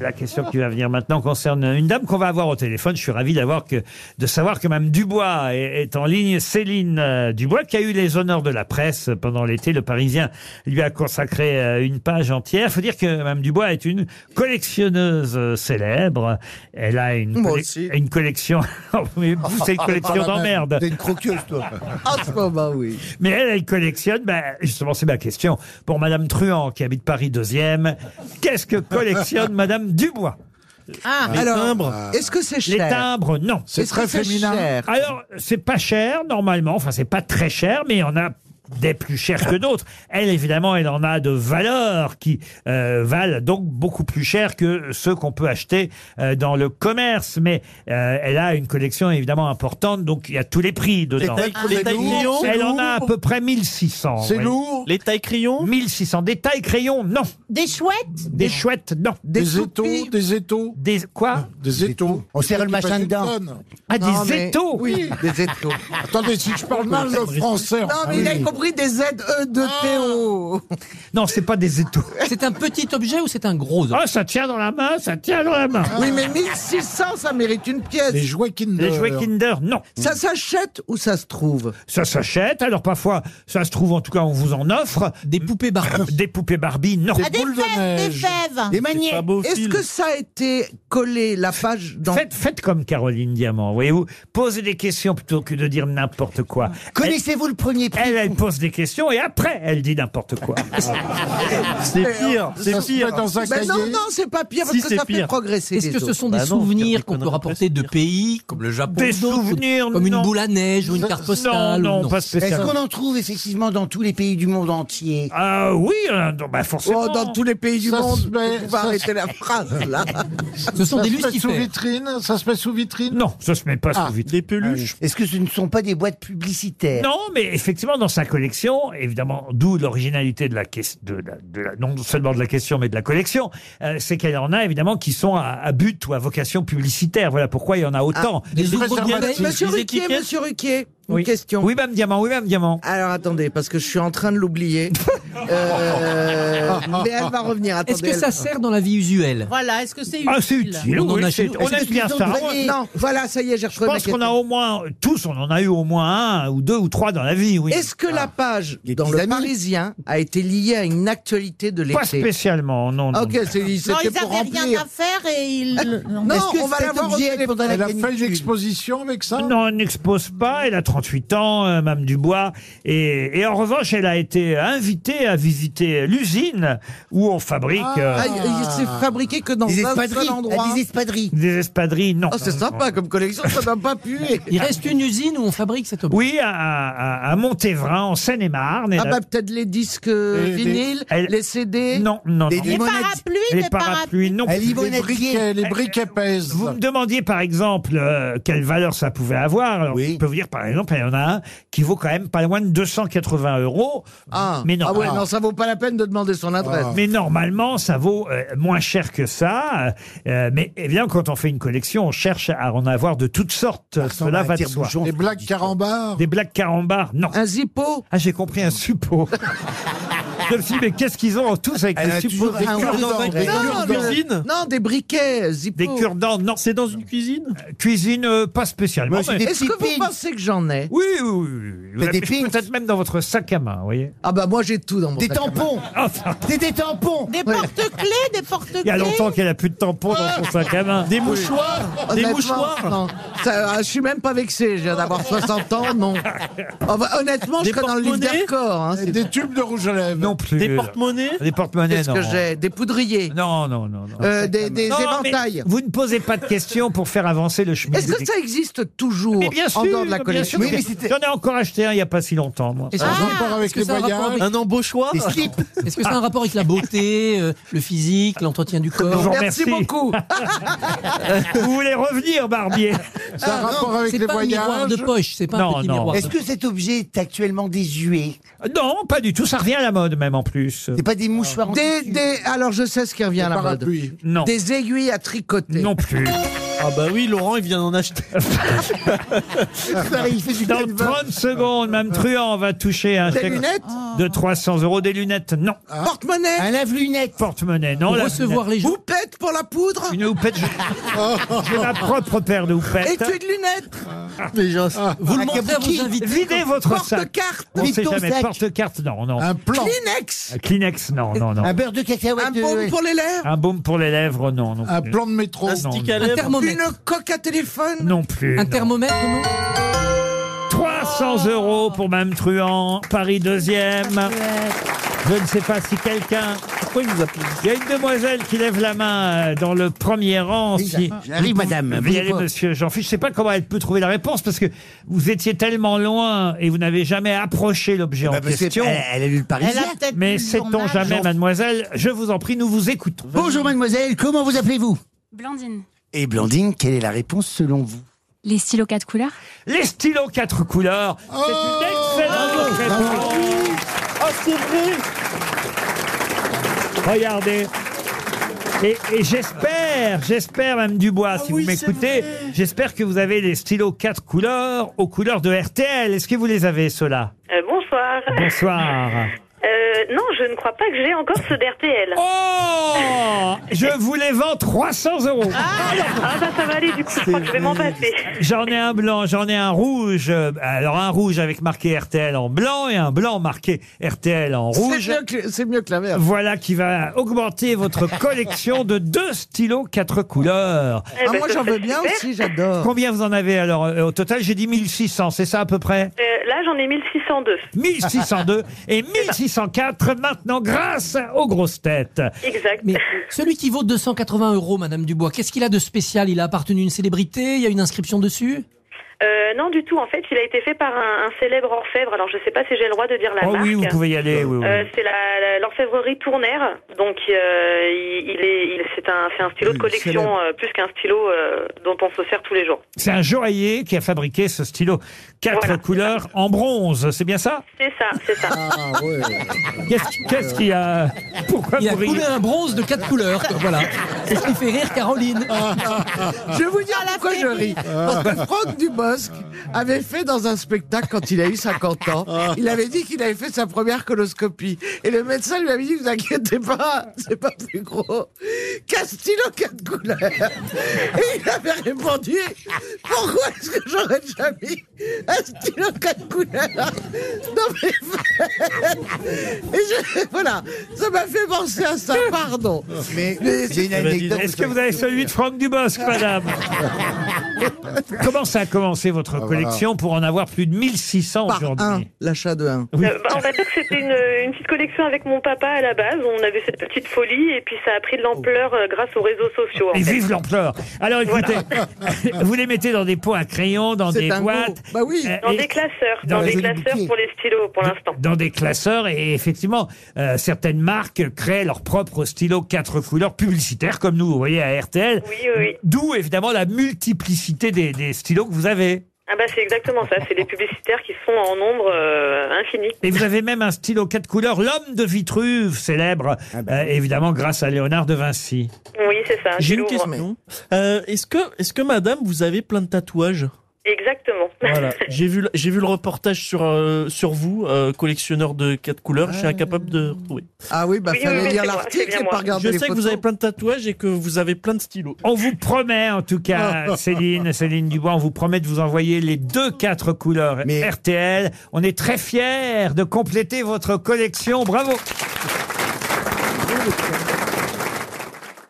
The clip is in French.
La question qui va venir maintenant concerne une dame qu'on va avoir au téléphone. Je suis ravi d'avoir que, de savoir que Mme Dubois est, est en ligne. Céline euh, Dubois, qui a eu les honneurs de la presse pendant l'été. Le Parisien lui a consacré euh, une page entière. Faut dire que Mme Dubois est une collectionneuse euh, célèbre. Elle a une, Moi colle- aussi. une collection. Oh, Mais vous, c'est une collection d'emmerde. T'es une croqueuse, toi. En ce moment, oui. Mais elle, elle collectionne, ben, justement, c'est ma question. Pour Madame Truand, qui habite Paris 2e, qu'est-ce que collectionne Madame Dubois Ah, alors, est-ce que c'est Les cher timbres, non. C'est très féminin. Alors, c'est pas cher, normalement. Enfin, c'est pas très cher, mais on a des plus chers que d'autres. Elle, évidemment, elle en a de valeur qui euh, valent donc beaucoup plus cher que ceux qu'on peut acheter euh, dans le commerce. Mais euh, elle a une collection évidemment importante, donc il y a tous les prix dedans. les tailles crayons Elle en a à peu près 1600. C'est oui. lourd. Les tailles crayons 1600. Des tailles crayons, non. Des chouettes Des chouettes, non. Des, étaux, toupies. des étaux, Des quoi des étaux. On serre le machin dedans. Ah, Non, des mais- étaux Oui. Des étaux. Ah, Attendez, si je parle mal le français. Non, mais il a compris des E, ZE2TO. Non, c'est pas des étaux. C'est un petit objet ou c'est un gros objet Ah. Oh, ça tient dans la main, ça tient dans la main. Oui, mais 1600, ça mérite une Les pièce. jouets Kinder. Les jouets Kinder, non. Ça s'achète ou ça se trouve Ça s'achète. Alors parfois, ça se trouve, en tout cas, on vous en offre. Des poupées Barbie. Des poupées Barbie, non. Ah, des boules de fèves, des neige. fèves Des manières. Est-ce que ça a été collé, la page dans... Faites, faites comme Caroline Diamant, voyez-vous. Posez des questions plutôt que de dire n'importe quoi. Elle, Connaissez-vous le premier prix elle, elle pose des questions et après, elle dit n'importe quoi. C'est pire, Ça c'est se met pire. dans un Ben cahier. non, non, c'est pas pire, parce Si, que c'est ça fait pire. progresser Est-ce les que ce autres. sont Bah des non, souvenirs des qu'on peut conneries, rapporter de c'est pire. pays comme le Japon, Des d'autres, souvenirs, comme non. une boule à neige ou une carte non, postale non, ou pas Est-ce spécialement. qu'on en trouve effectivement dans tous les pays du monde entier Ah oui, euh, non, bah forcément. Oh, dans tous les pays du Ça se monde, met- on va ça se- arrêter la phrase, là. Ce sont Ça des se met sous lucifères. vitrine, ça se met sous vitrine. Non, ça se met pas Ah. sous vite. Des peluches. Est-ce que ce ne sont pas des boîtes publicitaires Non, mais effectivement, dans sa collection, évidemment, d'où l'originalité de la, ques- de la- de la- non seulement de la question, mais de la collection, euh, c'est qu'elle en a évidemment qui sont à, à but ou à vocation publicitaire. Voilà pourquoi il y en a autant. Des ouvres préservatifs. bouteilles. Monsieur des Ruquier, étiquettes monsieur Ruquier, une oui. question. Oui, même diamant, oui, même diamant. Alors attendez, parce que je suis en train de l'oublier. Euh, mais elle va revenir. Est-ce Attendez, que elle- ça sert dans la vie usuelle Voilà, est-ce que c'est utile Ah, c'est utile. On en oui, a c'est- chez nous. on Est-ce que aime c'est bien dans ça. le grenier Non, voilà, ça y est, j'ai Je retrouvé ma pense qu'on a question. au moins, tous, on en a eu au moins un ou deux ou trois dans la vie, oui. Est-ce que la page dans le amis. Parisien a été liée à une actualité de Pas l'été Ah, spécialement, non. non, Ok, c'est- Non, c'était ils pour n'avaient rien remplir. à faire et ils... Ah, Non, Est-ce que on va cet la voir au objet téléphone. pendant la Elle a canicule fait une exposition avec ça Non, elle n'expose pas. Elle a 38 ans, euh, Mme Dubois. Et, et en revanche, elle a été invitée à visiter l'usine où on fabrique euh, Ah, il s'est fabriqué que dans Des un seul espadrilles Ah, endroit. Des espadrilles des espadrilles. Non. Oh, c'est sympa comme collection, ça n'a pas pué. Il reste une usine où on fabrique cet objet. Oui, à, à, à Montévrain, en Seine-et-Marne. Elle Ah a- bah peut-être les disques euh, Et des- vinyles, Elle- les CD. Non, non, Des non. Les limonettes. parapluies, Les des parapluies. parapluies, non. Elle y va Les net briquets, les briquets pèsent. Vous me demandiez par exemple euh, quelle valeur ça pouvait avoir. Alors, Oui. Je peux vous dire par exemple, il y en a un qui vaut quand même pas loin de 280 euros. Ah, Mais non. ah ouais, Ah. non, ça vaut pas la peine de demander son adresse. Mais normalement, ça vaut euh, moins cher que ça. Euh, mais évidemment, quand on fait une collection, on cherche à en avoir de toutes sortes. Cela va de soi. Les blagues carambars. Des blagues carambars, non. Un zippo Ah, j'ai compris un suppôt. Je me suis dit, mais qu'est-ce qu'ils ont en tous avec Elle le a suppôt toujours un ou deux cure-dents. oreilles. Non, Des non, cuisines non, des briquets zippo. Des cure-dents, non. C'est dans une cuisine Cuisine, euh, pas spécialement. Moi, j'ai mais- des Est-ce que petits vous pins. pensez que j'en ai Oui, oui, oui. Vous T'as des l'avez pins Peut-être même dans votre sac à main, vous voyez. Ah bah moi j'ai tout dans mon Des sac à main. tampons Enfin, Des des tampons Des porte-clés, des porte-clés. il y a longtemps qu'elle a plus de tampon dans son sac à main. Des mouchoirs Des Honnêtement, mouchoirs non. Ça, ah, je suis même pas vexé, je viens d'avoir Oh. 60 ans, non. Ah bah, honnêtement, Des je serais dans le livre porte-monnaies d'accord. Eh Hein, Et c'est- Des tubes de rouge à lèvres. Non plus. Des porte-monnaies Des porte-monnaies, Qu'est-ce non. que j'ai Des poudriers, Non, non, non. non. euh, des, des Non, éventails. mais Vous ne posez pas de questions pour faire avancer le chemin. Est-ce que ça existe toujours mais bien sûr, en dehors de la bien collection sûr. Mais- J'en ai encore acheté un il n'y a pas si longtemps, moi. Est-ce Un que- rapport avec est-ce que les ça a un rapport voyages. Un embauchoir Des slips Est-ce que ça a un rapport avec la beauté, euh, le physique, l'entretien du Je vous corps Merci remercie. beaucoup. Vous voulez revenir, Barbier Ça a un rapport avec C'est les pas un miroir voyages. de poche, c'est pas Non, un petit non. miroir. Est-ce que cet objet est actuellement désuet Non, pas du tout. Ça revient à la mode, même en plus. C'est pas des mouchoirs en Des, tissu des- alors je sais ce qui revient à la mode. Parapluie. Non. Des aiguilles à tricoter. Non plus. Ah bah oui, Laurent, il vient d'en acheter. Il fait du Dans canevas. 30 secondes, même Truand va toucher un Des chèque lunettes Ah. de 300 euros. Des lunettes, non. Hein Porte-monnaie Un lave-lunettes Porte-monnaie, non. Pour La recevoir les gens. Poupée houppette pour la poudre Une houppette. j'ai- J'ai ma propre paire de et houppettes. tu de lunettes, Vous le montrez à vos Kabuki. invités. Videz votre sac. porte-carte, On sait Vide ton jamais. sac. Porte-carte, non, non. Ah, Un plan. Kleenex, Un Kleenex, non, non, non. Ah. Un beurre de cacahuète. euh, un de- baume pour les lèvres, Un baume pour les lèvres, non. non Un plus. plan de métro. Ah, Un non, stick non. à Un lèvres. thermomètre. une coque à téléphone. Non plus. Un non. thermomètre, non 300 euros pour Mme Truand, Paris deuxième. Je ne sais pas si quelqu'un. Pourquoi il nous appelle Il y a une demoiselle qui lève la main euh, dans le premier rang. Si... J'arrive, madame. Vous y allez, monsieur Jean-Philippe. Je ne sais pas comment elle peut trouver la réponse parce que vous étiez tellement loin et vous n'avez jamais approché Eh l'objet ben, en Bah, parce que- question. elle, elle a lu le Elle parisien. a peut-être Mais lu le sait-on journal. jamais, mademoiselle Je vous en prie, nous vous écoutons. Oh Bonjour, mademoiselle. Comment vous appelez-vous Blandine, Et Blandine, quelle est la réponse selon vous les stylos quatre couleurs Les stylos quatre couleurs. C'est une Oh excellente réponse. Regardez. Et, et j'espère, j'espère, Mme Dubois, si vous m'écoutez, j'espère que vous avez les stylos quatre couleurs aux couleurs de RTL. Est-ce que vous les avez, ceux-là Euh, bonsoir. Bonsoir. Euh, non, je ne crois pas que j'ai encore ceux d'RTL. Oh Je vous les vends 300 euros. Ah bah ça va aller du coup, je crois que je vais m'en passer. J'en ai un blanc, j'en ai un rouge. Euh, Alors un rouge avec marqué RTL en blanc et un blanc marqué RTL en rouge. C'est mieux que la merde. Voilà qui va augmenter votre collection de deux stylos quatre couleurs. Eh Ah, ben, moi ce j'en serait veux bien super. aussi, j'adore. Combien vous en avez alors euh, au total J'ai dit 1600, c'est ça à peu près Euh, là j'en ai 1602. 1602 et 1604 maintenant grâce aux grosses têtes. Exact. Mais Celui qui vaut 280 euros, Madame Dubois, qu'est-ce qu'il a de spécial Il a appartenu à une célébrité Il y a une inscription dessus Euh, non du tout, en fait il a été fait par un, un célèbre orfèvre, alors je sais pas si j'ai le droit de dire la Oh marque. oui, vous pouvez y aller. oui, oui. Euh, c'est la- la- l'orfèvrerie Tournaire, donc euh, il, il est, il- c'est un, c'est un stylo de collection euh, plus qu'un stylo euh, dont on se sert tous les jours. C'est un joaillier qui a fabriqué ce stylo quatre Voilà. couleurs en bronze, c'est bien ça C'est ça, c'est ça. Qu'est-ce qu'est-ce qu'il y a Pourquoi Il vous a riez coulé un bronze de quatre couleurs. quoi, Voilà. C'est ce qui fait rire Caroline. Je vais vous dire pourquoi je ris. Parce que Franck Dubosc avait fait dans un spectacle quand il a eu 50 ans, il avait dit qu'il avait fait sa première coloscopie. Et le médecin lui avait dit, vous inquiétez pas, c'est pas plus gros qu'un stylo quatre couleurs. Et il avait répondu, pourquoi est-ce que j'aurais jamais un stylo quatre couleurs dans mes fesses Et je- voilà, ça m'a fait penser à ça, pardon. Mais Mais j'ai une anecdote. Est-ce que vous avez celui de Franck Dubosc, madame Comment ça a commencé votre collection pour en avoir plus de 1600 Par un, aujourd'hui l'achat de un. Oui. Euh, bah, on va dire que c'était une, une petite collection avec mon papa à la base. On avait cette petite folie et puis ça a pris de l'ampleur euh, grâce aux réseaux sociaux. en Et fait. vive l'ampleur Alors écoutez, vous les mettez dans des pots à crayons, dans C'est des un boîtes, gros. Bah oui. euh, Dans et- des classeurs, dans dans, les des jolis classeurs bouquets. pour les stylos pour l'instant. dans des classeurs et effectivement euh, certaines marques créent leur propre stylo quatre couleurs publicitaires comme nous vous voyez à RTL Oui, oui, oui. d'où évidemment la multiplicité des, des stylos que vous avez Ah bah c'est exactement ça. C'est les publicitaires qui sont en nombre euh, infini. et vous avez même un stylo quatre couleurs l'homme de Vitruve célèbre Ah ben. euh, évidemment grâce à Léonard de Vinci Oui, c'est ça. J'ai tu une l'ouvres. question. Euh, est-ce que, est-ce que madame, vous avez plein de tatouages Exactement. Voilà. J'ai vu, le- j'ai vu le reportage sur, euh, sur vous, euh, collectionneur de quatre couleurs. Je suis incapable de retrouver. Ah oui, bah Oui, oui, fallait oui, lire c'est moi, c'est l'article bien et moi. pas regarder Je Ah, les sais que photos. vous avez plein de tatouages et que vous avez plein de stylos. on vous promet en tout cas Céline Céline Dubois on vous promet de vous envoyer les deux quatre couleurs Mais- RTL on est très fiers de compléter votre collection bravo